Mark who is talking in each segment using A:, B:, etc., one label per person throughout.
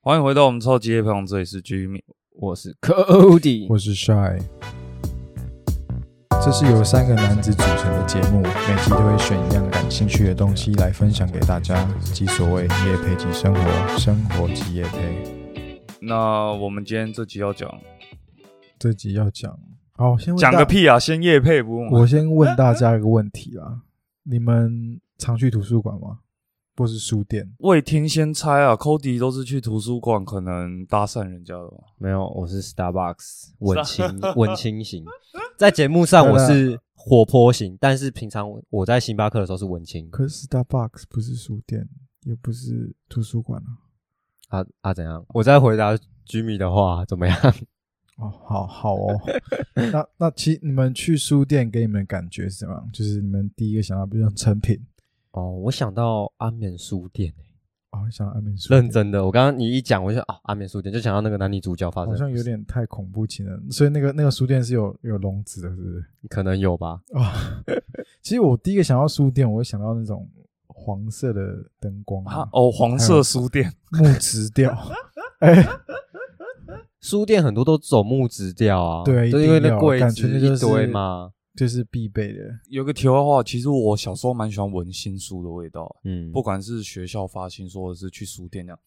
A: 欢迎回到我们超级夜配王，这里是 Jimmy，我是
B: Cody，
C: 我是 Shy。这是由三个男子组成的节目，每集都会选一样感兴趣的东西来分享给大家，即所谓夜配即生活，生活即夜配。
A: 那我们今天这集要讲
C: 这集要讲，好，先问
A: 讲
C: 大
A: 个！屁啊，先夜配不嘛？
C: 我先问大家一个问题啦：你们常去图书馆吗？或是书店？
A: 未听先猜啊，Cody 都是去图书馆，可能搭讪人家的吧。
B: 没有，我是 Starbucks 文 青文青型，在节目上我
C: 啊
B: 是活泼型，但是平常我在星巴克的时候是文青
C: 可是 Starbucks 不是书店，也不是图书馆啊。
B: 啊啊怎样？我在回答 Jimmy 的话怎 么样？
C: 哦，好好哦。那那其你们去书店给你们的感觉是什么样？就是你们第一个想到，比如像成品，
B: 哦，我想到安眠书店、欸
C: 哦，想到安眠书店，
B: 认真的，我刚刚你一讲我就啊安眠书店就想到那个男女主角发生
C: 好
B: 的
C: 像有
B: 事
C: 点太恐怖情人，所以那个那个书店是有有笼子的，是不是？
B: 可能有吧？
C: 啊、其实我第一个想到书店，我会想到那种黄色的灯光
A: 啊，哦，黄色书店，
C: 木质调。 哎、
B: 书店很多都走木质调啊，
C: 对
B: 就
C: 一
B: 因为
C: 定
B: 那
C: 要
B: 柜
C: 感
B: 子
C: 觉那就
B: 一堆
C: 是
B: 嘛，
C: 就是必备的。
A: 有个题外话，其实我小时候蛮喜欢闻新书的味道，啊
B: 嗯，
A: 不管是学校发新书，或者是去书店那样。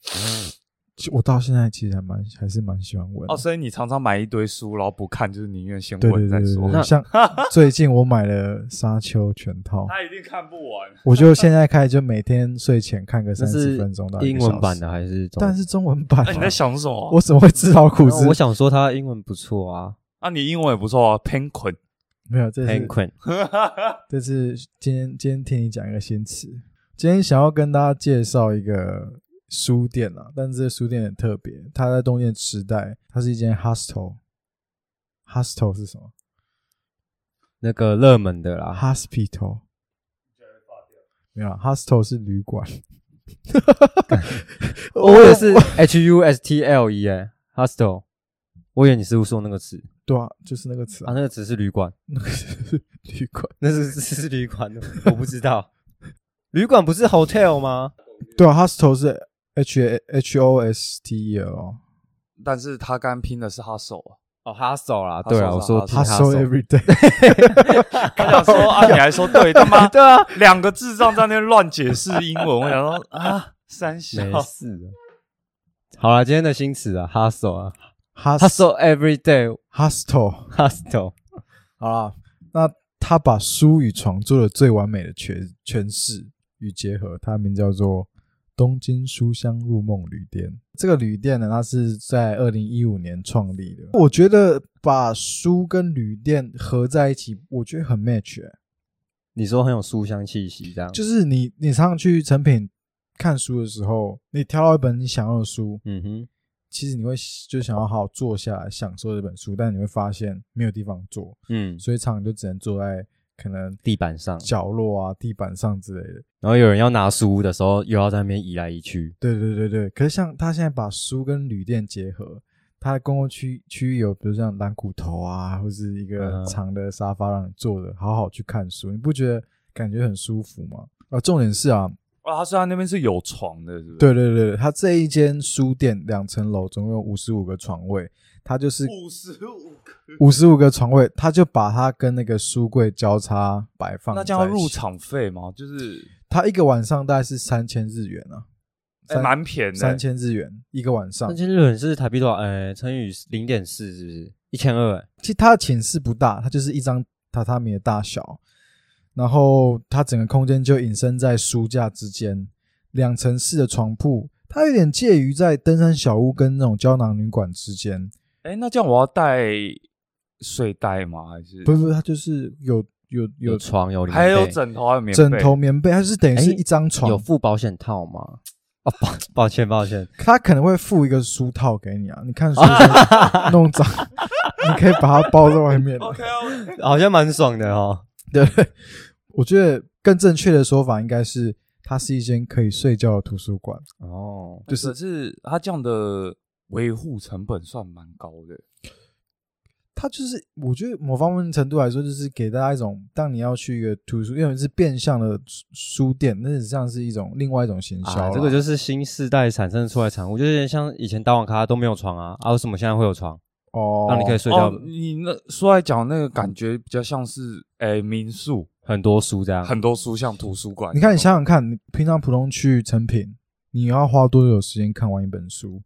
C: 其实我到现在其实还蛮还是蛮喜欢闻的。
A: 哦，所以你常常买一堆书，然后不看，就是宁愿先
C: 嗯对对
A: 闻
C: 对
A: 再
C: 对
A: 说。
C: 对，像最近我买了《沙丘》全 套，
A: 他一定看不 完。
C: 我就现在开始就每天睡前看个
B: 那
C: 三
B: 是
C: 十分钟到一
B: 英
C: 个小时
B: 文版的，哎还是中文版？
C: 但是中文版、
A: 那、哎你在想什么？
C: 我怎么会自讨苦
B: 然后
C: 吃？
B: 我想说他英文不错啊
A: 啊，你英文也不错啊，penguin。
C: 没有，这是
B: ，Penguin
C: 这是今天今天听你讲一个新词，今天想要跟大家介绍一个书店啊，但是这个书店很特别，它在东建池袋，它是一间 hostel。hostel 是什么
B: 那个热门的啦，
C: ？hospital 没有啊，hostel 是旅馆。
B: 哦我也是 H U S T L E 哎，hostel，我以为你是说那个词
C: 对啊，就是那个词
B: 啊，
C: 啊，
B: 那个词是旅馆，
C: 那个是旅馆。
B: 那是 是是旅馆，我不知道，旅馆不是 hotel 吗？
C: 对啊，hostel 是 h h o s t e l 哦
A: 但是他刚拼的是他手啊。
B: 哦，hostel 啦，
A: hostel
B: 对啊，我说
A: 是
C: ，hostel
B: hostel
C: every day。
A: 他想说啊，你还说对，他 妈
B: 对啊，
A: 两个智障在那边乱解释英文，我想说啊，三小
B: 没事啊。好啦，今天的新词啊，hostel 啊
C: hostel
B: ，hostel every day，hostel
C: hostel 好啦，那他把书与床做了最完美的诠诠释与结合，它的名叫做东京书香入梦旅店。这个旅店呢，它是在二零一五年创立的。我觉得把书跟旅店合在一起，我觉得很 match、欸。
B: 你说很有书香气息，这样
C: 就是你你常常去成品看书的时候，你挑到一本你想要的书，
B: 嗯哼，
C: 其实你会就想要好好坐下来享受这本书，但你会发现没有地方坐，
B: 嗯，
C: 所以常常就只能坐在可能
B: 地板上，
C: 角落啊、地板上之类的。
B: 然后有人要拿书的时候，又要在那边移来移去。
C: 对对对对，可是像他现在把书跟旅店结合，他的公共区区域有比如像蓝骨头啊，或是一
B: 嗯
C: 个
B: 哼
C: 长的沙发让你坐着，好好去看书，你不觉得感觉很舒服吗？啊，重点是啊，
A: 啊，他说他那边是有床的，是不是？
C: 对，对对，他这一间书店两层楼，总共有五十五个床位，他就是
A: 五十五个，
C: 五十五个床位，他就把它跟那个书柜交叉摆放。
A: 那这样要入，场费吗？就是
C: 他一个晚上大概是三千日元啊，
A: 哎
C: 三
A: 蛮便宜的，
C: 三千日元一个晚上
B: 那。千日元是台币多少？呃，乘以零点四是不是一千二？欸
C: 其实它的寝室不大，它就是一张榻榻米的大小，然后它整个空间就隐身在书架之间，两层式的床铺，它有点介于在登山小屋跟那种胶囊旅馆之间。
A: 哎，那这样我要带睡袋吗？还是
C: 不是不是，它就是有有有
B: 有床有
A: 还有
B: 棉被
A: 枕头还有棉被？
C: 枕头、棉被，它就是等于是
B: 哎
C: 一张床，
B: 有附保险套吗？哦，抱 抱歉抱歉，
C: 它可能会附一个书套给你啊，你看 书的时候弄脏， 你可以把它包在外面。
A: OK 哦，
B: 好像蛮爽的哦。
C: 对，我觉得更正确的说法应该是，它是一间可以睡觉的图书馆。
B: 哦，
A: 就是可是他这样的维护成本算蛮高的。
C: 它就是我觉得某方面程度来说，就是给大家一种，当你要去一个图书，因为是变相的书书店，那实际上是一种另外一种行销啦、
B: 啊，这个就是新世代产生出来的产物，就有点像以前打网咖都没有床啊，啊，为什么现在会有床，
C: 哦，
B: 让你可以睡觉
A: 哦，你那说来讲那个感觉比较像是诶、民宿，
B: 很多书这样？
A: 很多书像图书馆。
C: 你看，你想想看，你平常普通去成品，你要花多久时间看完一本书？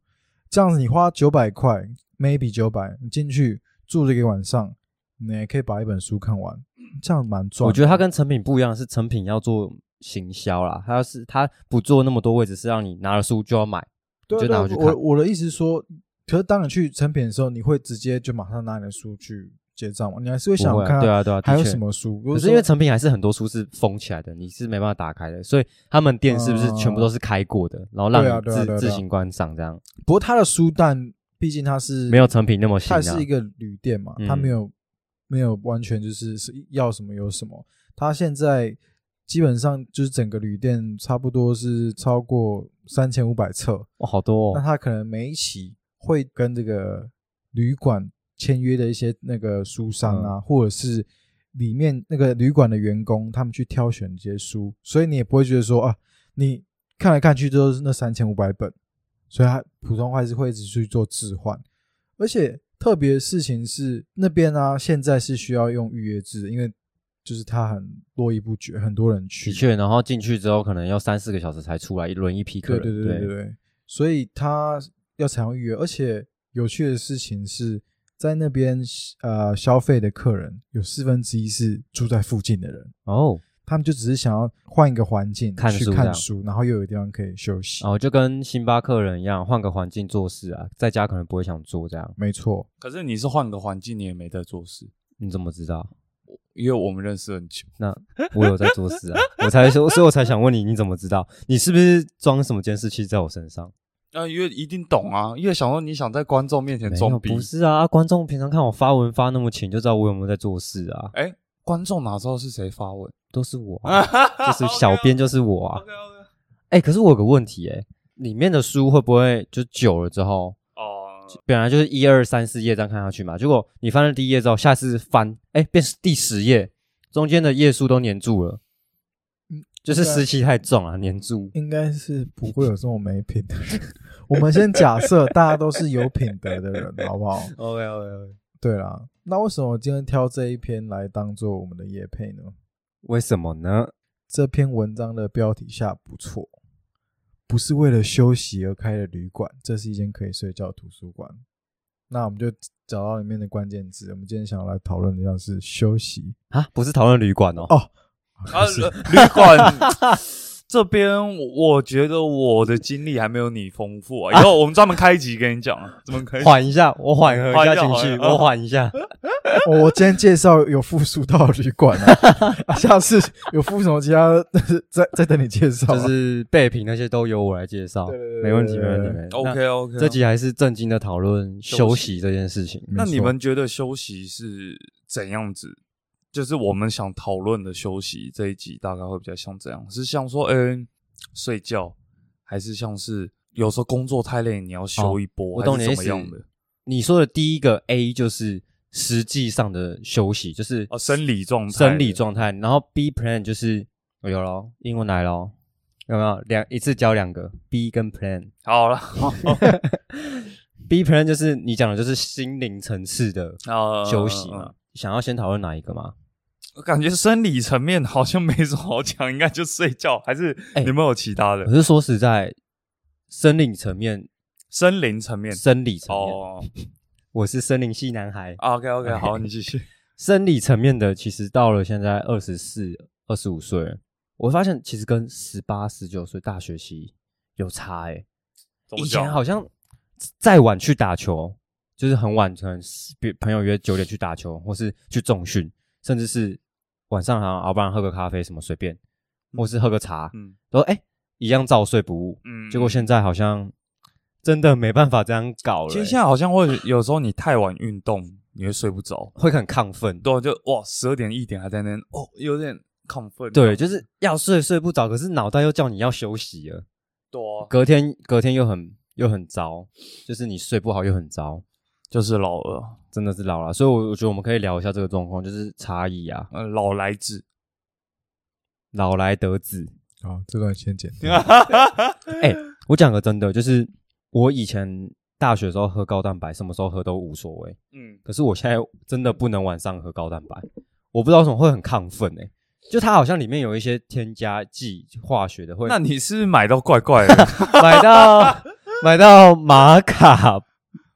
C: 这样子，你花九百块，maybe 九百，你进去住了一个晚上，你也可以把一本书看完，这样蛮赚的。
B: 我觉得它跟成品不一样，是成品要做行销啦，它要是它不做那么多位置，是让你拿了书就要买，
C: 对啊
B: 你就
C: 对啊
B: 拿回去
C: 我
B: 看
C: 我的意思是说，可是当你去成品的时候，你会直接就马上拿你的书去结账吗？你还是会想
B: 不会啊
C: 看
B: 对啊对啊，的
C: 还有
B: 确
C: 什？么书？
B: 可
C: 我
B: 是因为成品还是很多书是封起来的，你是没办法打开的，所以他们店是不是全部都是开过的，然后让
C: 哦对啊
B: 你
C: 对啊
B: 自
C: 对啊对啊
B: 自行观赏这样？
C: 不过它的书单，毕竟它是
B: 没有成品那么新
C: 它
B: 啊
C: 也是一个旅店嘛，
B: 嗯
C: 它没有没有完全就是是要什么有什么。它现在基本上就是整个旅店差不多是超过三千五百册，
B: 哦，好多
C: 那
B: 哦，
C: 它可能每一期会跟这个旅馆签约的一些那个书商啊，或者是里面那个旅馆的员工，他们去挑选这些书，所以你也不会觉得说啊，你看来看去都是那三千五百本，所以它普通话还是会一直去做置换，而且特别的事情是那边啊，现在是需要用预约制的，因为就是它很络绎不绝，很多人去，
B: 的确，然后进去之后可能要三四个小时才出来，一轮一批客
C: 对
B: 人，
C: 对对对对，所以他要采用预约，而且有趣的事情是在那边呃消费的客人有四分之一是住在附近的人，
B: 哦，
C: 他们就只是想要换一个环境
B: 看
C: 去
B: 书这
C: 看
B: 样哦
C: 书，然后又有地方可以休息。
B: 然后就跟星巴克人一样，换个环境做事啊，在家可能不会想做这样，
C: 没错，
A: 可是你是换个环境，你也没得做事，
B: 你怎么知道？
A: 因为我们认识很久。
B: 那我有在做事啊，我才说，所以我才想问你，你怎么知道？你是不是装什么监视器在我身上？
A: 啊，因为一定懂啊，因为想说你想在观众面前
B: 没有，
A: 装逼
B: 不，是啊，观众平常看我发文发那么勤，就知道我有没有在做事啊，
A: 哎，观众哪知道是谁发文？
B: 都是我、 啊，就是小编就是我啊。
A: OK，
B: 哎、可是我有个问题、哎，里面的书会不会就久了之后，
A: 哦，
B: 本来就是一二三四页这样看下去嘛，结果你翻了第一页之后，下次翻，哎、变是第十页，中间的页数都粘住了，
C: 嗯
B: 就是
C: 应该
B: 湿气太重啊，粘住。
C: 应该是不会有这么没品的人。 我们先假设大家都是有品德的人，好不好？
B: OK OK OK，
C: 对啦，那为什么我今天挑这一篇来当做我们的夜配呢？
B: 为什么呢？
C: 这篇文章的标题下不错，不是为了休息而开的旅馆，这是一间可以睡觉的图书馆。那我们就找到里面的关键字。我们今天想要来讨论的像是休息
B: 啊，不是讨论旅馆哦，
C: 哦，
A: 啊，呃 旅馆 这边我我觉得我的经历还没有你丰富啊，以后我们专门开一集跟你讲 啊，怎么
C: 哎
A: 可以？
B: 缓一下，我缓和一
A: 缓一
B: 下
A: 下
B: 情
A: 缓
B: 绪
A: 一，下
C: 哦
B: 我缓一 下。
C: 我我今天介绍有附属到的旅馆啊， 啊下次有附什么其他 的再再等你介绍啊、
B: 就是备品那些都由我来介绍
C: 对对对，对
B: 没问题，
C: 对
B: 没
C: 对
B: 问题，
C: 对
B: 没问题。
A: OK OK，
B: 那这集还是正经的讨论休息这件事情。
A: 那
C: 没
A: 你
C: 错
A: 们觉得休息是怎样子？就是我们想讨论的休息这一集，大概会比较像怎样？是像说，嗯、睡觉，还是像是有时候工作太累，你要休一波，
B: 哦我懂
A: 还
B: 你
A: 是
B: 的意
A: 怎么
B: 思
A: 样的？
B: 你说的第一个 A 就是实际上的休息，就是
A: 哦，生理状态，
B: 生理状态，然后 B plan 就是我有咯，英文来咯，有没有两一次教两个 B 跟 plan？
A: 好了，
B: B plan 就是你讲的就是心灵层次的
A: 啊，
B: 休息嘛。想要先讨论哪一个吗？
A: 我呃感觉生理层面好像没什么好讲，应该就睡觉，还是
B: 哎
A: 有没有其他的？
B: 可是说实在，生理层面、
A: 生理层面
B: 生理层面，
A: 哦
B: 我是森林系男孩。
A: ，OK OK，好，你继续。
B: 生理层面的，其实到了现在二十四、二十五岁了，我发现其实跟十八、十九岁大学期有差诶、
A: 怎么
B: 以
A: 讲
B: 前好像再晚去打球，就是很晚，可能是比朋友约九点去打球，或是去重训，甚至是晚上好像熬不然喝个咖啡什么随便，或是喝个茶，
A: 嗯
B: 都哎、一样照睡不误。
A: 嗯，
B: 结果现在好像真的没办法这样搞了
A: 其
B: 欸、
A: 实现在好像会有时候你太晚运动，你会睡不着，
B: 会很亢奋，
A: 对，啊就哇十二点一点还在那边哦，有点亢奋，
B: 对，就是要睡睡不着，可是脑袋又叫你要休息了。
A: 多啊
B: 隔天隔天又很又很糟，就是你睡不好又很糟，
A: 就是老了，
B: 真的是老了，所以我我觉得我们可以聊一下这个状况，就是差异啊，
A: 呃，老来子。
B: 老来得子。
C: 好，这段先剪掉。
B: 我讲个真的，就是我以前大学的时候喝高蛋白，什么时候喝都无所谓，
A: 嗯，
B: 可是我现在真的不能晚上喝高蛋白，我不知道为什么会很亢奋哎、就它好像里面有一些添加剂、化学的，会
A: 那你是买到怪怪 的
B: 买到 买到玛卡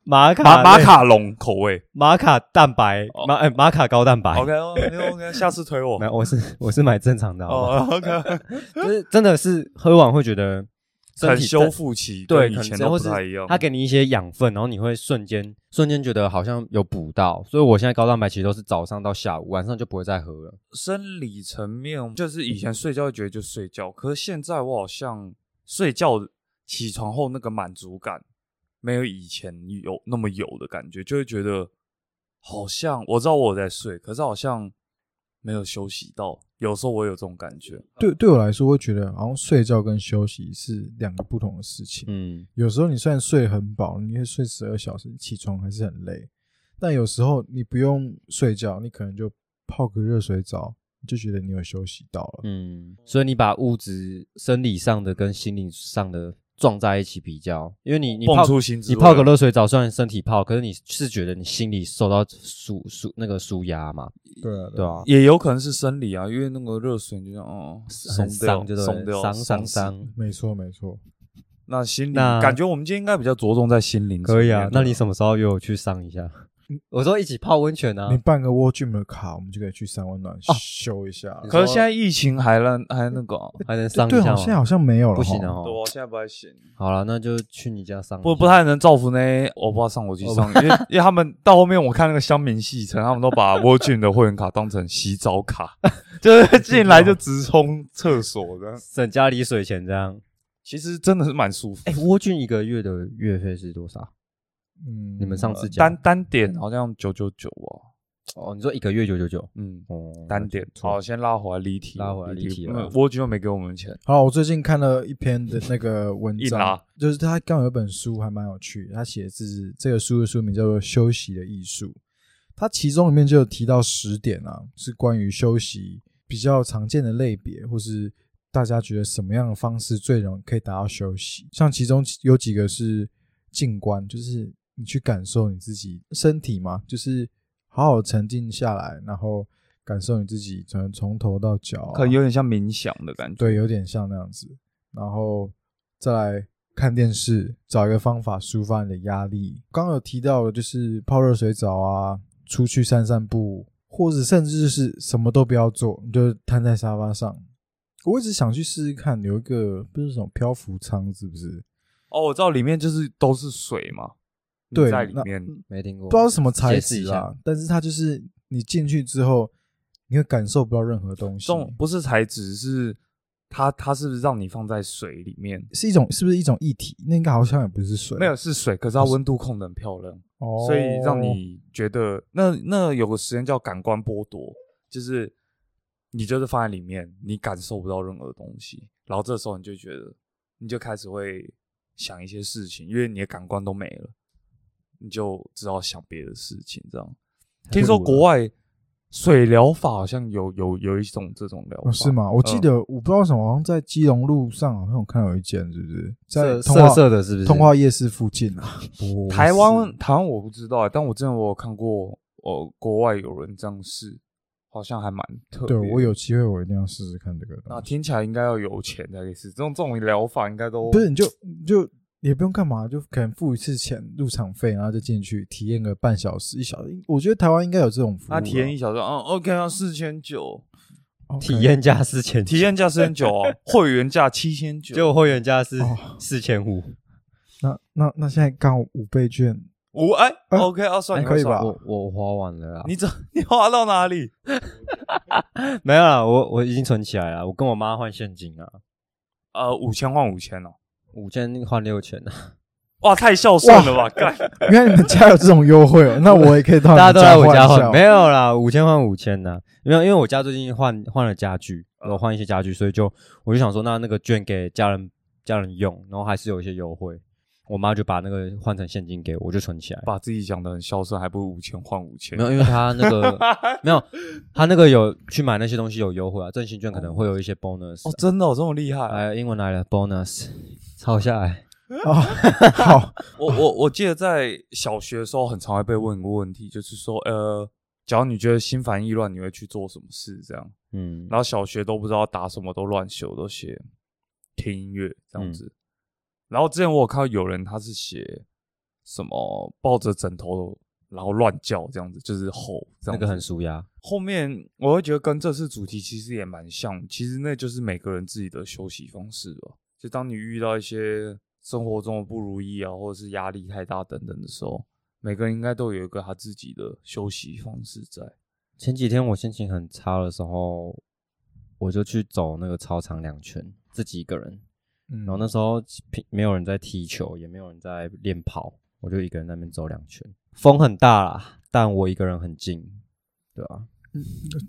B: 玛卡
A: 马马
B: 类
A: 卡龙口味
B: 玛卡蛋白
A: 哦
B: 玛哎玛卡高蛋白。
A: ？OK OK OK，下次推我
B: 没。有，我是 我是买正常的好不好
A: 哦，OK，
B: 就是真的是喝完会觉得身
A: 很
B: 体
A: 修
B: 在
A: 复期
B: 对，
A: 跟以
B: 可
A: 前
B: 能
A: 都
B: 或
A: 不
B: 是
A: 太一样。
B: 它给你一些养分，然后你会瞬间瞬间觉得好像有补到，所以我现在高蛋白其实都是早上到下午，晚上就不会再喝了。
A: 生理层面，就是以前睡觉会觉得就睡觉，可是现在我好像睡觉起床后那个满足感没有以前有那么有的感觉，就会觉得好像我知道我有在睡，可是好像没有休息到。有时候我有这种感觉，
C: 对对我来说，我觉得好像睡觉跟休息是两个不同的事情。
B: 嗯，
C: 有时候你虽然睡很饱，你会睡十二小时，起床还是很累。但有时候你不用睡觉，你可能就泡个热水澡，你就觉得你有休息到了。
B: 嗯，所以你把物质、生理上的跟心理上的撞在一起比较，因为你你泡
A: 蹦出新滋
B: 你
A: 味
B: 泡个热水澡，虽然身体泡，可是你是觉得你心里受到舒舒那个舒压嘛，
C: 对啊，
B: 对啊，
A: 也有可能是生理啊，因为那个热水你就这样哦，松
B: 很
A: 掉
B: 伤，就
A: 松
B: 对
A: 掉，
B: 了，伤伤
A: 死。
B: 伤，
C: 没错没错。
A: 那心灵
B: 那啊
A: 感觉我们今天应该比较着重在心灵层面。
B: 那你什么时候约我去上一下？嗯我说一起泡温泉啊哦
C: 你，办个 War Gym 的卡，我们就可以去三温暖修一下了。
A: 可是现在疫情还让还那个哦，
B: 还能上
C: 对
B: 一
C: 对，
B: 下
C: 好
B: 吗？
C: 像好像没有了，
B: 不行
C: 哦。
B: 哦。
A: 啊现在不太行。
B: 好了，那就去你家上一下。
A: 不不太能造福那些欧巴上我去上，因为 因为他们到后面我看那个乡民戏称，他们都把 Virgin 的会员卡当成洗澡卡， 就是进来就直冲厕所的。
B: 省家里水钱这样。
A: 其实真的是蛮舒服。
B: 哎，蜗苣一个月的月费是多少？
C: 嗯，
B: 你们上次讲
A: 单单点好像九九九哦，
B: 哦，你说一个月九九九
A: 嗯，
B: 哦，
A: 单点。好，先拉回来离题，
B: 拉回来离题了
A: 嗯 Virgin 又没给我们钱，
C: 好，我最近看了一篇的那个文
A: 硬
C: 章
A: 拉，
C: 就是他刚好有本书还蛮有趣，他写的是这个书的书名叫做《休息的艺术》，它其中里面就有提到十点啊，是关于休息比较常见的类别，或是大家觉得什么样的方式最容易可以达到休息。像其中有几个是静观，就是你去感受你自己身体嘛，就是好好沉静下来，然后感受你自己，可能从头到脚啊、
A: 可能有点像冥想的感觉。
C: 对，有点像那样子。然后再来看电视，找一个方法抒发你的压力。刚刚有提到的，就是泡热水澡啊，出去散散步，或者甚至是什么都不要做，你就瘫在沙发上。我一直想去试试看，有一个不是什么漂浮舱，是不是？
A: 哦，我知道里面就是都是水嘛，你
C: 对
A: 在里
C: 那
A: 面。
B: 没听过，
C: 不知道是什么材
B: 解释一
C: 质
B: 下
C: 啊，但是它就是你进去之后，你会感受不到任何东西
A: 这。种不是材质，是它它是不是让你放在水里面？
C: 是一种是不是一种液体？那应该好像也不是水，
A: 没有是水，可是它温度控的很漂亮，
C: 哦，
A: 所以让你觉得那那有个实验叫感官剥夺，就是你就是放在里面，你感受不到任何东西，然后这时候你就觉得你就开始会想一些事情，因为你的感官都没了，你就知道想别的事情。这样听说国外水疗法好像有有有一种这种疗法、
C: 哦，是吗？我记
A: 嗯
C: 得、我不知道为什么，好像在基隆路上好像有看到有一间，是不是？在
B: 色
C: 通化
B: 色色的，是不是？
C: 通化夜市附近啊？不
A: 台
C: 是
A: 湾台湾我不知道欸、但我之前我有看过，呃，国外有人这样试，好像还蛮特别
C: 对
A: 的。
C: 我有机会我一定要试试看这个
A: 那
C: 东西。
A: 听起来应该要有钱才可以试，这种这种疗法应该都
C: 不是，你就你就也不用干嘛，就可能付一次钱入场费，然后就进去体验个半小时一小时。我觉得台湾应该有这种服务啊。
A: 那体验一小时，嗯，OK 啊，四千九，
C: OK
B: 体验价四千，
A: 体验价四千九啊，会员价七千
B: 结
A: 九，
B: 果会员价是
C: 哦
B: 四千五。
C: 那那那现在刚好五倍券，
A: 五哎
C: 哎
A: ，OK 啊，算
C: 哎
A: 你
C: 可以吧
B: 我我花完了啊，
A: 你怎你花到哪里？
B: 没有啦，我我已经存起来了，我跟我妈换现金啊，
A: 呃，五千换五千哦，
B: 五千换六千啊，
A: 哇，太孝顺了吧，干，
C: 原来你们家有这种优惠哦，那我也可以到
B: 大家都来我家
C: 换一下
B: 换，
C: 哦
B: 没有啦，五千换五千呐，没有，因为我家最近换换了家具，
C: 啊
B: 我换一些家具，所以就我就想说，那那个券给家人家人用，然后还是有一些优惠。我妈就把那个换成现金给我，我就存起来。
A: 把自己讲的很孝顺，还不如五千换五千
B: 没。有，因为他那 个没有，他那个有去买那些东西有优惠啊，振兴券可能会有一些 bonus
A: 哦，真的哦，这么厉害啊、
B: 啊。哎，英文来了，bonus，抄下来。
C: 啊，好，
A: 我我我记得在小学的时候，很常会被问一个问题，就是说，呃，假如你觉得心烦意乱，你会去做什么事？这样，
B: 嗯，
A: 然后小学都不知道打什么，都乱写，我都写听音乐这
B: 嗯
A: 样子。然后之前我有看到有人他是写什么抱着枕头然后乱叫这样子，就是吼这
B: 那
A: 样子。
B: 个很舒压。
A: 后面我会觉得跟这次主题其实也蛮像，其实那就是每个人自己的休息方式吧。就当你遇到一些生活中的不如意啊，或者是压力太大等等的时候，每个人应该都有一个他自己的休息方式在。
B: 前几天我心情很差的时候，我就去走那个操场两圈，自己一个人。
C: 嗯
B: 然后哦那时候平没有人在踢球，也没有人在练跑，我就一个人在那边走两圈。风很大啦，但我一个人很近，对吧、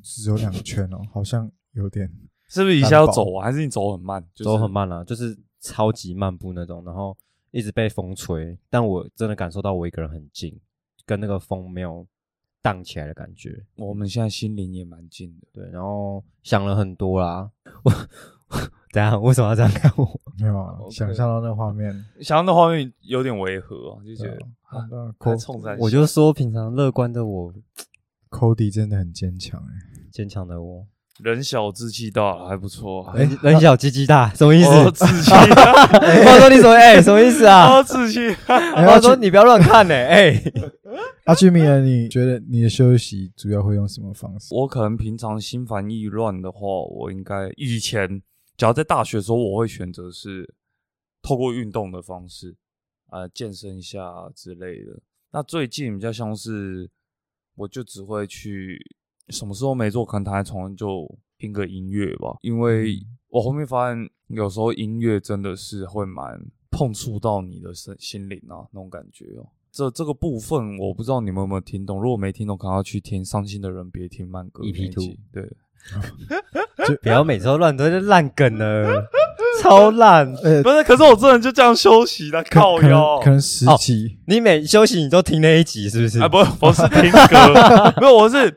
C: 只有两圈哦，好像有点
A: 是不是一下要走完，还是你走很慢？就是、
B: 走很。慢啦，就是超级漫步那种，然后一直被风吹，但我真的感受到我一个人很近，跟那个风没有荡起来的感觉。
A: 我们现在心灵也蛮近的，
B: 对，然后想了很多啦。我 等一下为什么要这样看我？
C: 没有啊，
A: OK
C: 想象到那画面，
A: 想到画面有点违和啊，就觉
C: 对
A: 得
C: 啊
A: 啊，
C: 那
A: 快
C: Co-
A: 冲在
B: 我就说平常乐观的我，
C: Cody 真的很坚强哎，
B: 坚强的我，
A: 人小志气大，还不错啊。
C: 哎
B: 人人小鸡鸡大，什么意思？
A: 哦，志气大，
B: 我说你什么？ 哎，什么意思啊
A: 哦，？志气大。
B: 我说你不要乱看呢， 哎，
C: 阿居米尔，啊你觉得你的休息主要会用什么方式？
A: 我可能平常心烦意乱的话，我应该以前，只要在大学的时候，我会选择是透过运动的方式，呃，健身一下啊之类的。那最近比较像是，我就只会去，什么事都没做，可能躺在床上就听个音乐吧。因为我后面发现，有时候音乐真的是会蛮碰触到你的身心灵啊，那种感觉哦、这这个部分我不知道你们有没有听懂，如果没听懂，可能要去听《伤心的人别听慢歌》
B: EP2
A: 那一集对，
B: 不要每次都乱推，就烂梗了，超烂。
C: 呃，
A: 不是，可是我真的就这样休息了，
C: 可
A: 靠哦
C: 可
A: 腰
C: 能可能十集，
B: 你每休息你都听那一集是不是？
A: 啊，不，我是听歌， 没有，我是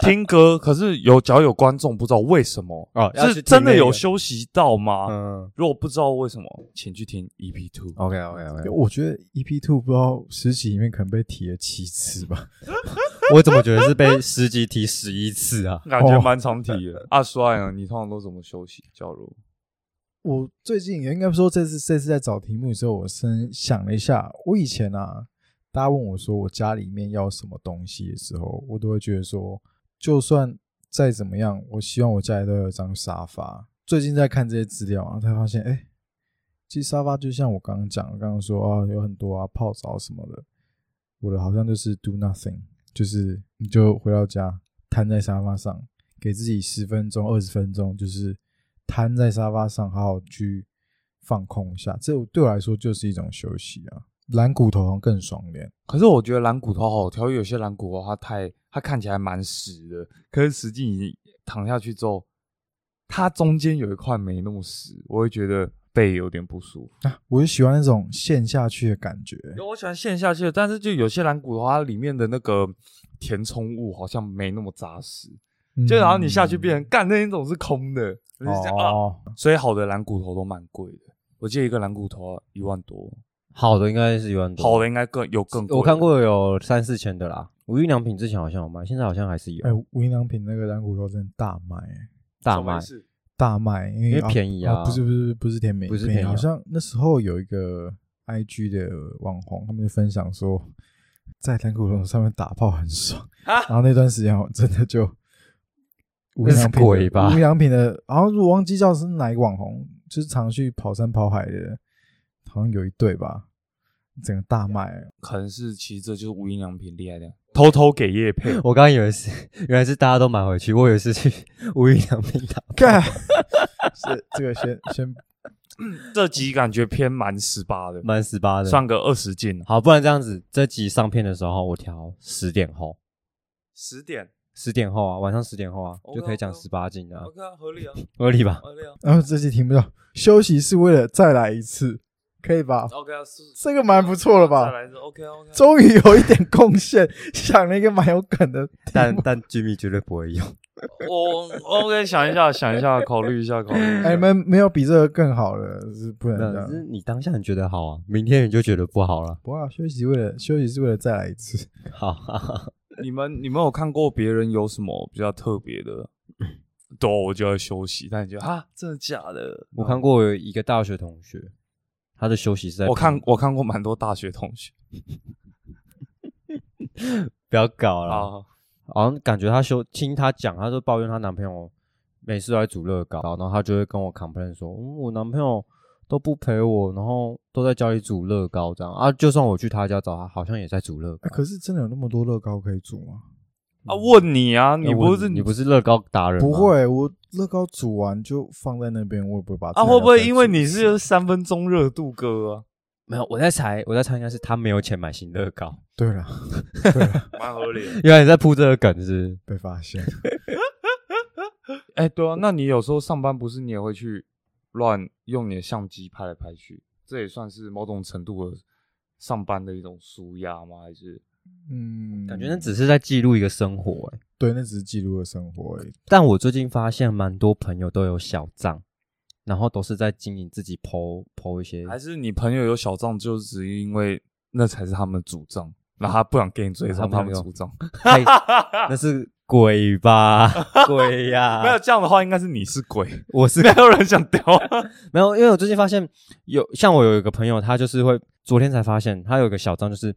A: 听歌。可是有，只要有观众不知道为什么，
B: 哦要去
A: 是
B: 听
A: 真的
B: 那
A: 有
B: 个
A: 休息到吗？
B: 嗯
A: 如果不知道为什么，请去听 EP Two。
C: 哦
B: ，OK OK OK，
C: 我觉得 EP Two 不知道十集里面可能被提了七次吧。
B: 我怎么觉得是被十级提十一次啊？
A: 感觉蛮常提 的。阿帅啊，你通常都怎么休息？假如
C: 我最近也应该说这次这次在找题目的时候，我深想了一下，我以前啊，大家问我说我家里面要什么东西的时候，我都会觉得说，就算再怎么样，我希望我家里都有一张沙发。最近在看这些资料啊，才发现，哎、其实沙发就像我刚刚讲，刚刚说啊，有很多啊泡澡什么的，我的好像就是 do nothing，就是你就回到家瘫在沙发上，给自己十分钟、二十分钟，就是瘫在沙发上，好好去放空一下。这对我来说就是一种休息啊。蓝骨头好像更爽点，
A: 可是我觉得蓝骨头好挑，因为有些蓝骨头它太它看起来蛮实的，可是实际你躺下去之后，它中间有一块没那么实，我会觉得背有点不舒服。
C: 我就喜欢那种陷下去的感觉。
A: 我喜欢陷下去的，但是就有些蓝骨头它里面的那个填充物好像没那么扎实，就然后你下去变成干那一种是空的，我
C: 嗯
A: 就这样啊。
C: 哦，
A: 所以好的蓝骨头都蛮贵的，我记得一个蓝骨头一万多，
B: 好的应该是一万多，
A: 好的应该更有更贵。
B: 我看，过有三四千的啦。无印良品之前好像有卖，现在好像还是有
C: 哎，无印良品那个蓝骨头真的大卖、哎
B: 大卖。
C: 大卖，因为
B: 因为便宜啊
C: 不是不是不是甜美，
B: 不是
C: 便
B: 便宜啊
C: 好像那时候有一个 I G 的网红，他们就分享说，在蓝骨头上面打炮很爽，
A: 啊
C: 然后那段时间我真的就无
B: 那是
C: 印良品的
B: 鬼吧
C: 无印良品的，然后我忘记叫是哪一个网红，就是常去跑山跑海的，好像有一对吧，整个大卖，
A: 可能是其实这就是无印良品厉害的，偷偷给叶配。
B: 我刚刚以为是，原来是大家都买回去，我以为是去 无印良品打。
C: 干，是这个先先
A: 这集感觉偏蛮十八的，
B: 满十八的。
A: 算个二十进，
B: 好，不然这样子，这集上片的时候我调十点后，
A: 十点
B: 十点后啊，晚上十点后啊
A: OK，
B: 就可以讲
A: OK
B: 十八禁的啊，
A: ，OK 啊，合理啊，
B: 合理吧？
A: 合理啊。
C: 然后这期听不到，休息是为了再来一次。可以吧？
A: OK 啊，是
C: 这个蛮不错了吧
A: 再来一次 OK 啊 OK 啊。
C: 终于有一点贡献，想了一个蛮有梗 的题
B: 但
C: 目。
B: 但 Jimmy 绝对不会用。
A: 我 OK，想一下，想一下，考虑一下，考虑一下。
C: 哎，你们没有比这个更好的，是不能这
B: 那
C: 样。
B: 是你当下你觉得好啊，明天你就觉得不好了。
C: 不过啊休息为了休息是为了再来 一次。
B: 好， 哈哈
A: 你们你们有看过别人有什么比较特别的？对，啊我就要休息。但你觉得啊，真的假的？
B: 我看过有一个大学同学，他的休息是在
A: 我看我看过蛮多大学同学
B: 不要搞了，
A: 啊，
B: 好像感觉她休听她讲，她就抱怨她男朋友每次都在煮乐高，然后她就会跟我 complain 说，嗯我男朋友都不陪我，然后都在家里煮乐高这样啊，就算我去他家找他，好像也在煮乐高
C: 哎。可是真的有那么多乐高可以煮吗？
A: 啊，问你啊，
B: 要
A: 你
B: 问
A: 不是
B: 你不是乐高达
A: 啊
B: 人吗
C: 不会，我乐高煮完就放在那边，我也不会把它
A: 啊？
C: 拆
A: 会不
C: 掉再
A: 会因为
C: 煮
A: 你
C: 一
A: 是
C: 次
A: 三分钟热度哥啊？
B: 没有，我在猜，我在猜应该是他没有钱买新乐高，
C: 对了，对了，
A: 蛮合理的。
B: 原来你在铺这个梗是不是
C: 被发现。
A: 哎，对啊，那你有时候上班不是你也会去乱用你的相机拍来拍去，这也算是某种程度的上班的一种舒压吗？还是
C: 嗯，
B: 感觉那只是在记录一个生活、欸。
C: 对，那只是记录了生活而已。
B: 但我最近发现蛮多朋友都有小账，然后都是在经营自己 PO PO 一些，
A: 还是你朋友有小账，就只因为那才是他们的主账，然后他不想给你追上 他们主账。
B: 太 那是鬼吧鬼呀、
A: 没有这样的话，应该是你是鬼，
B: 我是
A: 没有人想屌。
B: 没有，因为我最近发现有像我有一个朋友，他就是会昨天才发现他有一个小账，就是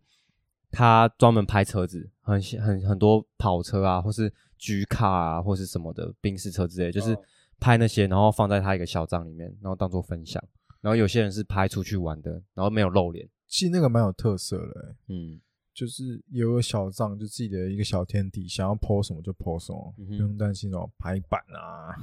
B: 他专门拍车子，很很很多跑车啊，或是 G 卡啊，或是什么的宾士车之类，就是
A: 哦
B: 拍那些，然后放在他一个小账里面，然后当做分享。然后有些人是拍出去玩的，然后没有露脸。
C: 其实那个蛮有特色的、欸，
B: 嗯，
C: 就是有个小账，就自己的一个小天地，想要 PO 什么就 PO 什么，
B: 嗯哼
C: 不用担心什么排版啊、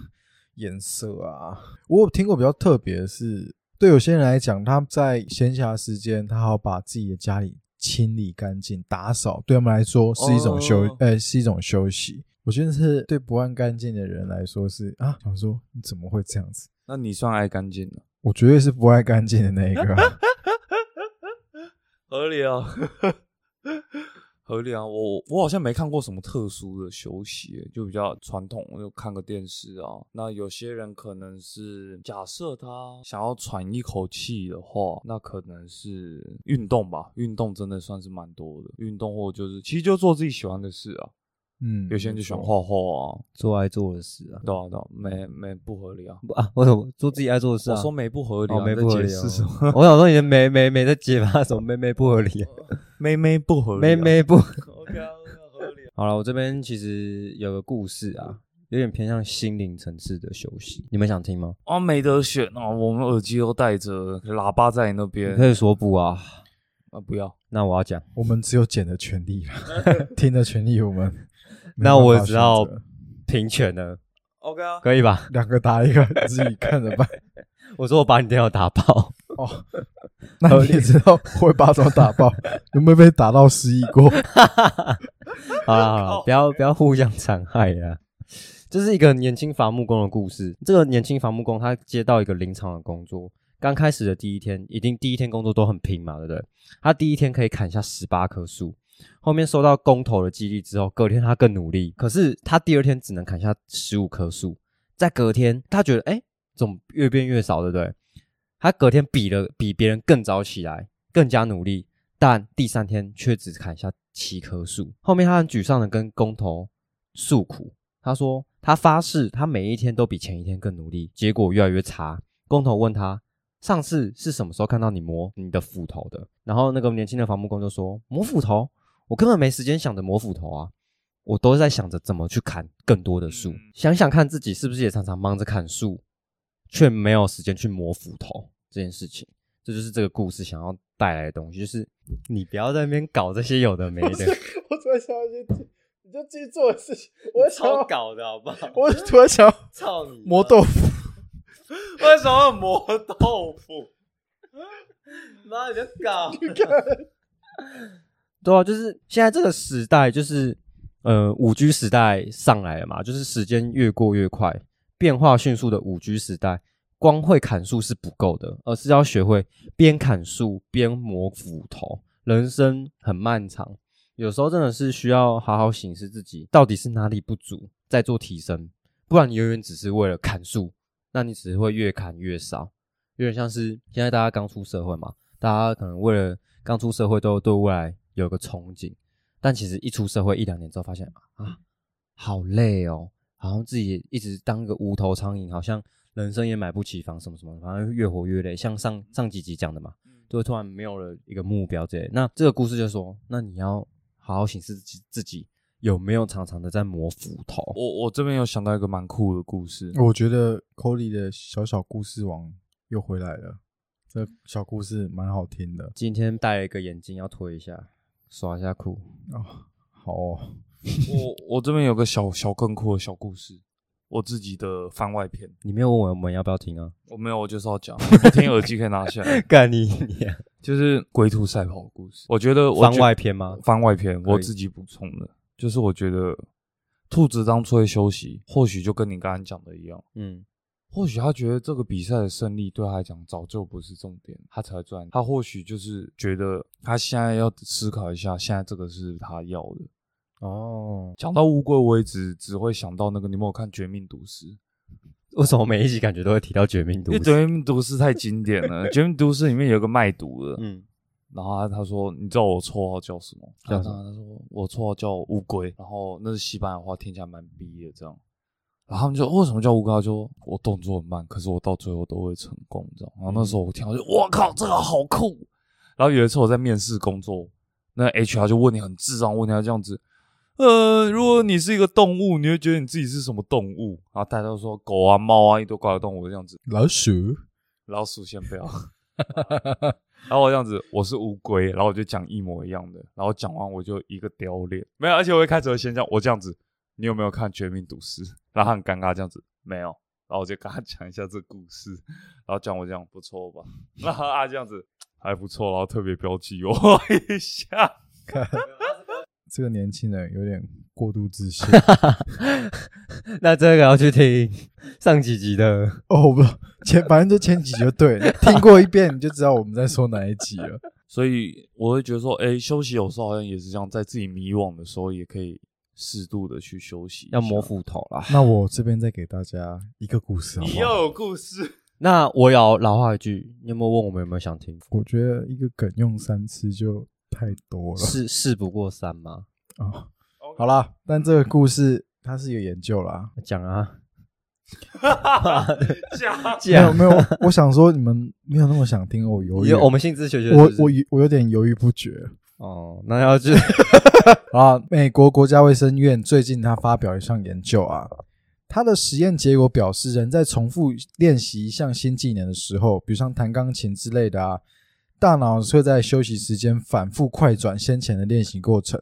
C: 颜色啊。我有听过比较特别的是，对有些人来讲，他在闲暇时间，他好把自己的家里清理干净、打扫，对他们来说是一种休，
A: 哦
C: 呃，是一种休息。我觉得是对不爱干净的人来说是啊，想说你怎么会这样子？
A: 那你算爱干净了，
C: 我绝对是不爱干净的那一个啊、
A: 合理啊，合理啊。我我好像没看过什么特殊的休息，就比较传统，就看个电视啊。那有些人可能是假设他想要喘一口气的话，那可能是运动吧，运动真的算是蛮多的。运动或就是其实就做自己喜欢的事啊。
C: 嗯，
A: 有些人就喜欢
C: 没错
A: 画画啊，
B: 做爱做的事啊，
A: 对啊对啊，没没不合理啊。
B: 不啊，我怎么做自己爱做的事啊？
A: 我说没不合理啊，
B: 哦，没
A: 你在
B: 不合理、
A: 解
B: 哦
A: 释什么？。
B: 我想说你的没没没在结巴什么没没不合理、啊，
A: 没没不合理、
B: 没
A: 啊，
B: 没不。
A: OK 啊，OK 啊合理啊。
B: 好了，我这边其实有个故事啊，有点偏向心灵层次的休息，你们想听吗？
A: 啊，没得选啊，我们耳机都戴着，喇叭在你那
B: 你
A: 边
B: 可以说不啊，
A: 啊，不要。
B: 那我要讲，
C: 我们只有剪的权 利了，听的权利我们没
B: 那
C: 办法
B: 我只好
C: 选择
B: 平权了，
A: OK 啊，
B: 可以吧？
C: 两个打一个，自己看着办。
B: 我说我把你电脑打爆，
C: 哦，那你也知道我会把怎么打爆， 有没有被打到失忆 过？
B: 好了好了，
A: 靠
B: 不要不要互相残害啊。这是一个年轻伐木工的故事。这个年轻伐木工他接到一个林场的工作，刚开始的第一天，一定第一天工作都很拼嘛，对不对？他第一天可以砍下十八棵树，后面受到工头的激励之后，隔天他更努力，可是他第二天只能砍下十五棵树，在隔天他觉得哎，诶怎么越变越少，对不对？他隔天比了比别人更早起来，更加努力，但第三天却只砍下七棵树。后面他很沮丧的跟工头诉苦，他说他发誓他每一天都比前一天更努力，结果越来越差。工头问他上次是什么时候看到你磨你的斧头的？然后那个年轻的伐木工就说磨斧头，我根本没时间想着磨斧头啊。我都在想着怎么去砍更多的树，
A: 嗯
B: 想想看自己是不是也常常忙着砍树，却没有时间去磨斧头这件事情。这就是这个故事想要带来的东西，就是你不要在那边搞这些有的没的，
C: 我突然想到一些，你就继续做的事情。我
B: 超，搞的好 不好？
C: 我突然想要
B: 操你妈！
C: 磨豆腐，
A: 为什么要磨豆腐？
B: 妈，你不要搞！
C: 你看
B: 对啊，就是现在这个时代，就是呃五 G 时代上来了嘛，就是时间越过越快，变化迅速的五 G 时代，光会砍树是不够的，而是要学会边砍树边磨斧头。人生很漫长，有时候真的是需要好好审视自己到底是哪里不足，再做提升。不然你永远只是为了砍树，那你只会越砍越少。有点像是现在大家刚出社会嘛，大家可能为了刚出社会都对未来有个憧憬，但其实一出社会一两年之后，发现啊，好累哦，好像自己一直当个无头苍蝇，好像人生也买不起房什么什么，反正越活越累。像上上几集讲的嘛，就会突然没有了一个目标之类的。那这个故事就说，那你要好好审视自己自己有没有常常的在磨斧头。
A: 我我这边有想到一个蛮酷的故事，
B: 哦
C: 我觉得 Cody 的小小故事王又回来了，这小故事蛮好听的
B: 今天戴了一个眼镜要脱一下，耍一下酷。
C: 哦。好哦，
A: 我我这边有个小小更酷的小故事，我自己的番外篇，
B: 你没有问我们要不要听啊？
A: 我没有，我就是要讲，你不听耳机可以拿下来，
B: 干你你、啊！
A: 就是龟兔赛跑的故事。我觉得我
B: 番
A: 觉
B: 外篇吗？
A: 番外篇
B: 可以
A: 我自己补充的，就是我觉得兔子当初会休息，或许就跟你刚才讲的一样，
B: 嗯，
A: 或许他觉得这个比赛的胜利对他来讲早就不是重点，他才赚。他或许就是觉得他现在要思考一下，现在这个是他要的。
B: 哦，
A: 讲到乌龟，我也只只会想到那个，你有没有看《绝命毒师》？
B: 为什么每一集感觉都会提到绝命毒
A: 因为《
B: 师？
A: 绝命毒师》太经典了，《绝命毒师》里面有个卖毒 的，
B: 嗯，
A: 然后他他说，你知道我绰号叫什么？
B: 叫什么
A: 然后他他说我绰号叫乌龟，然后那是西班牙话，听起来蛮逼的这样。然后他们就、哦为什么叫乌龟？他说我动作很慢，可是我到最后都会成功这样。然后那时候我听到就我靠，这个好酷。然后有一次我在面试工作，那 HR 就问你很智障，问他这样子，呃，如果你是一个动物，你会觉得你自己是什么动物？然后大家都说狗啊、猫啊，一堆怪的动物这样子。
C: 老鼠
A: 老鼠先 不要。然后我这样子，我是乌龟，然后我就讲一模一样的，然后讲完我就一个丢脸，没有，而且我一开始会先讲我这样子，你有没有看《绝命毒师》？然后他很尴尬这样子，没有，然后我就跟他讲一下这故事，然后讲我这样不错 吧，然后他这样子还不错，然后特别标记我一下，
C: 这个年轻人有点过度自信
B: 那这个要去听上几集的。
C: 哦，不，前反正就前几集就对了，听过一遍你就知道我们在说哪一集 了。
A: 所以我会觉得说，哎，休息有时候好像也是这样，在自己迷惘的时候也可以适度的去休息，
B: 要磨。斧头啦。
C: 那我这边再给大家一个故事好
A: 你
C: 不
A: 要
C: 好？
A: 有故 事，
B: 那我有老话一句，你有没有问我们有没有想听？
C: 我觉得一个梗用三次就太多了
B: 事事不过三嘛，
C: 啊、好啦，但这个故事它是有研究啦，
B: 讲啊，
A: 讲
C: 没有
B: 讲。
C: 没有，我想说你们没有那么想听我犹豫，
B: 啊有我们性自学学是
C: 我
B: 不是，
C: 我有我有点犹豫不决
B: 哦，那要去
C: 啊。美国国家卫生院最近它发表一项研究啊，它的实验结果表示，人在重复练习一项新技能的时候，比如像弹钢琴之类的啊，大脑会在休息时间反复快转先前的练习过程，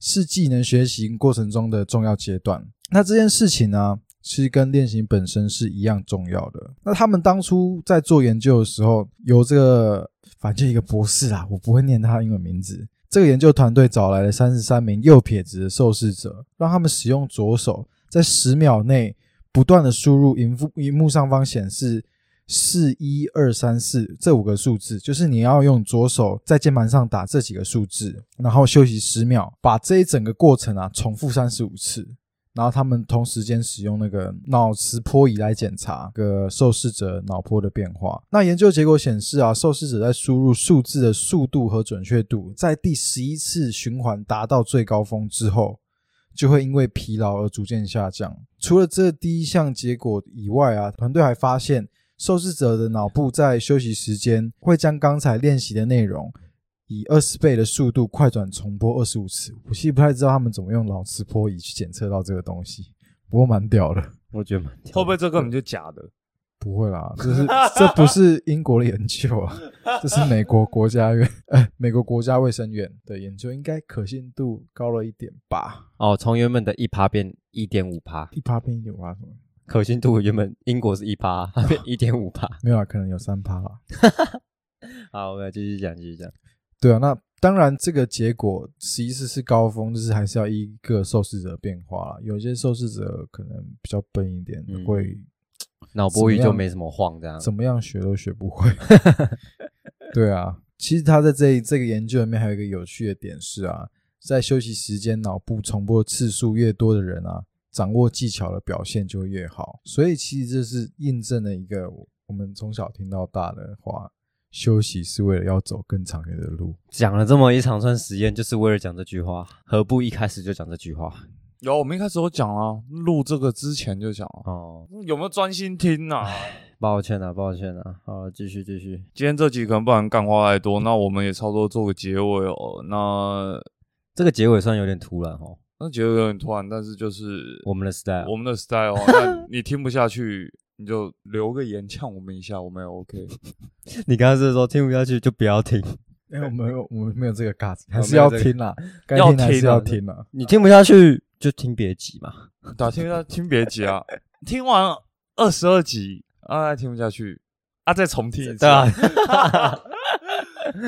C: 是技能学习过程中的重要阶段。那这件事情呢、其实跟练习本身是一样重要的。那他们当初在做研究的时候，有这个反正就一个博士啊，我不会念他的英文名字。这个研究团队找来了三十三名右撇子的受试者，让他们使用左手，在十秒内不断的输入荧幕荧幕上方显示四一二三四这五个数字，就是你要用左手在键盘上打这几个数字，然后休息十秒，把这一整个过程啊重复三十五次。然后他们同时间使用那个脑磁波仪来检查个受试者脑波的变化。那研究结果显示啊，受试者在输入数字的速度和准确度，在第十一次循环达到最高峰之后，就会因为疲劳而逐渐下降。除了这第一项结果以外啊，团队还发现，受试者的脑部在休息时间会将刚才练习的内容以二十倍的速度快转重播二十五次。我其实不太知道他们怎么用脑磁波仪去检测到这个东西，不过蛮屌的。
B: 我觉得 蛮屌的
A: 会不会这根本就假的？
C: 不会啦，这是这不是英国的研究啊，这是美国国家院， 呃，美国国家卫生院的研究，应该可信度高了一点吧？
B: 哦，从原本的一趴变一点五趴，
C: 一趴变一点五趴什么？
B: 可信度原本英国是一 趴，它变一点五趴。
C: 没有啊啦，可能有三趴啦。
B: 好，我们来继续讲，继续讲。
C: 对啊，那当然这个结果其实是高峰，就是还是要依个受试者变化啦。有些受试者可能比较笨一点，
B: 嗯
C: 会
B: 脑波语
C: 怎么
B: 就
C: 样
B: 没什么晃这样。
C: 怎么样学都学 不会。对啊，其实他在这一这个研究里面还有一个有趣的点是啊，在休息时间脑部重播次数越多的人啊，掌握技巧的表现就会越好。所以其实这是印证了一个我们从小听到大的话：休息是为了要走更长远 的路。
B: 讲了这么一长串实验，就是为了讲这句话，何不一开始就讲这句话？
A: 有，我们一开始有讲啊，录这个之前就讲啊，
B: 哦，
A: 有没有专心听啊？
B: 抱歉啊，抱歉啊。好了，继续继续。
A: 今天这集可能不然干话太多，那我们也差不多做个结尾哦。那
B: 这个结尾算有点突然哦，
A: 那结尾有点突然，但是就是
B: 我们的 style
A: 我们的 style，哦 那你听不下去，你就留个言呛我们一下，我们也 OK。
B: 你刚刚是说听不下去就不要听，
C: 因为哎我们我们没有这个嘎子，还是
B: 没有
C: 要
B: 这个
C: 听啦，该
A: 要
C: 听还
A: 听
C: 是
A: 啊
C: 要听啦。
B: 你听不下去就听别集嘛。
A: 打听一下，听别急啊，听完二十二集啊，听不下去啊，再重听一次。
B: 对啊，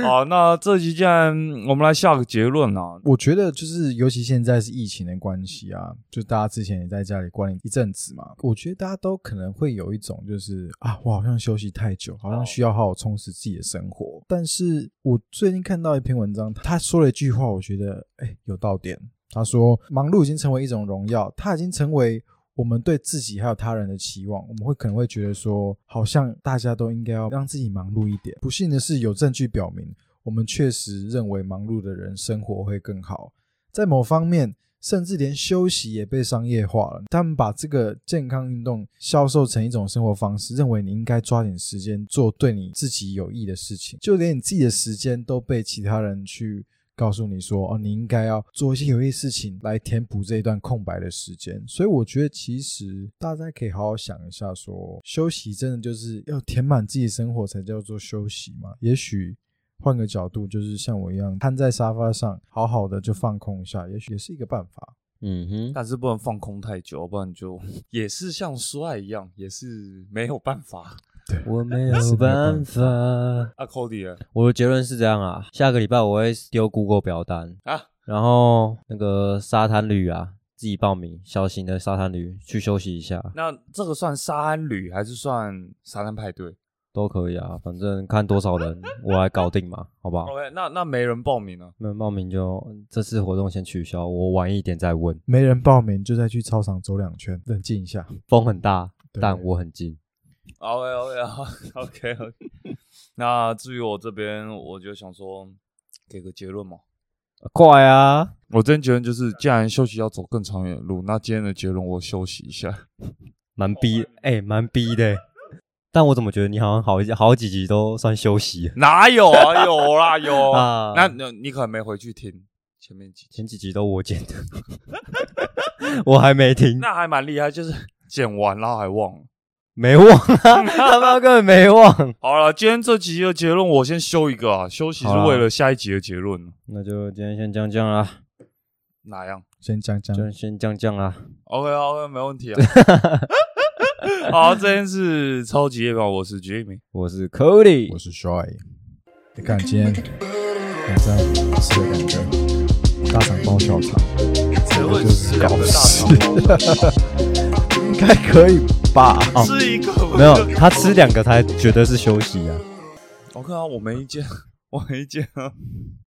A: 好，那这集既然我们来下个结论啊，
C: 我觉得就是，尤其现在是疫情的关系啊，就大家之前也在家里关了一阵子嘛，我觉得大家都可能会有一种就是啊，我好像休息太久，好像需要好好充实自己的生活。但是我最近看到一篇文章，他说了一句话，我觉得哎有到点。他说，忙碌已经成为一种荣耀，它已经成为。我们对自己还有他人的期望，我们会可能会觉得说，好像大家都应该要让自己忙碌一点。不幸的是，有证据表明，我们确实认为忙碌的人生活会更好。在某方面，甚至连休息也被商业化了。他们把这个健康运动销售成一种生活方式，认为你应该抓紧时间做对你自己有益的事情，就连你自己的时间都被其他人去。告诉你说哦，你应该要做一些有益的事情来填补这一段空白的时间。所以我觉得，其实大家可以好好想一下说休息真的就是要填满自己生活才叫做休息嘛？也许换个角度，就是像我一样瘫在沙发上，好好的就放空一下，也许也是一个办法。
B: 嗯哼，
A: 但是不能放空太久，不然就也是像说爱一样，也是没有办法。
B: 我没有办法。
A: 啊，Cody 呢
B: 我的结论是这样啊，下个礼拜我会丢 Google 表单，
A: 啊，
B: 然后那个沙滩旅啊，自己报名小型的沙滩旅去休息一下
A: 那这个算沙滩旅还是算沙滩派对
B: 都可以啊，反正看多少人我来搞定嘛，好不好？
A: 哦？OK，那那没人报名了、
B: 那报名就这次活动先取消，我晚一点再问。
C: 没人报名就再去操场走两圈，冷静一下。
B: 风很大，
C: 对
B: 但我很近。
A: 啊。OK OK OK OK。那至于我这边，我就想说给个结论嘛。嗯
B: 啊快啊！
A: 我这边结论就是，既然休息要走更长远的路，那今天的结论我休息一下。
B: 蛮逼，哎、蛮逼的欸。但我怎么觉得你好像好好几集都算休息
A: 哪有啊？有啦有
B: 啊
A: 那那你可能没回去听前面几集，
B: 前几集都我剪的， 我还没听，
A: 那还蛮厉害，就是嗯剪完然后还忘了。
B: 没忘啊，他妈根本没忘。
A: 好了，今天这集的结论我先修一个啊，休息是
B: 好啦
A: 为了下一集的结论，
B: 那就今天先降降啦，
A: 哪样
C: 先讲讲
B: 就先降降啦。
A: ？OK OK，没问 题啊。好，这边是超级夜跑，我是 Jimmy。
B: 我是 Cody，
C: 我是 Shy。你看今天晚上吃的感觉，大肠包小肠，
A: 谁
C: 我
A: 会
C: 就是
A: 吃
C: 搞
A: 两个
C: 事
A: 大，
C: 应该可以吧？
A: 肠？吃一个不
B: 没有
A: 就
B: 他吃两个才觉得是休息啊。
A: ？OK 啊，我没意见，我没意见啊。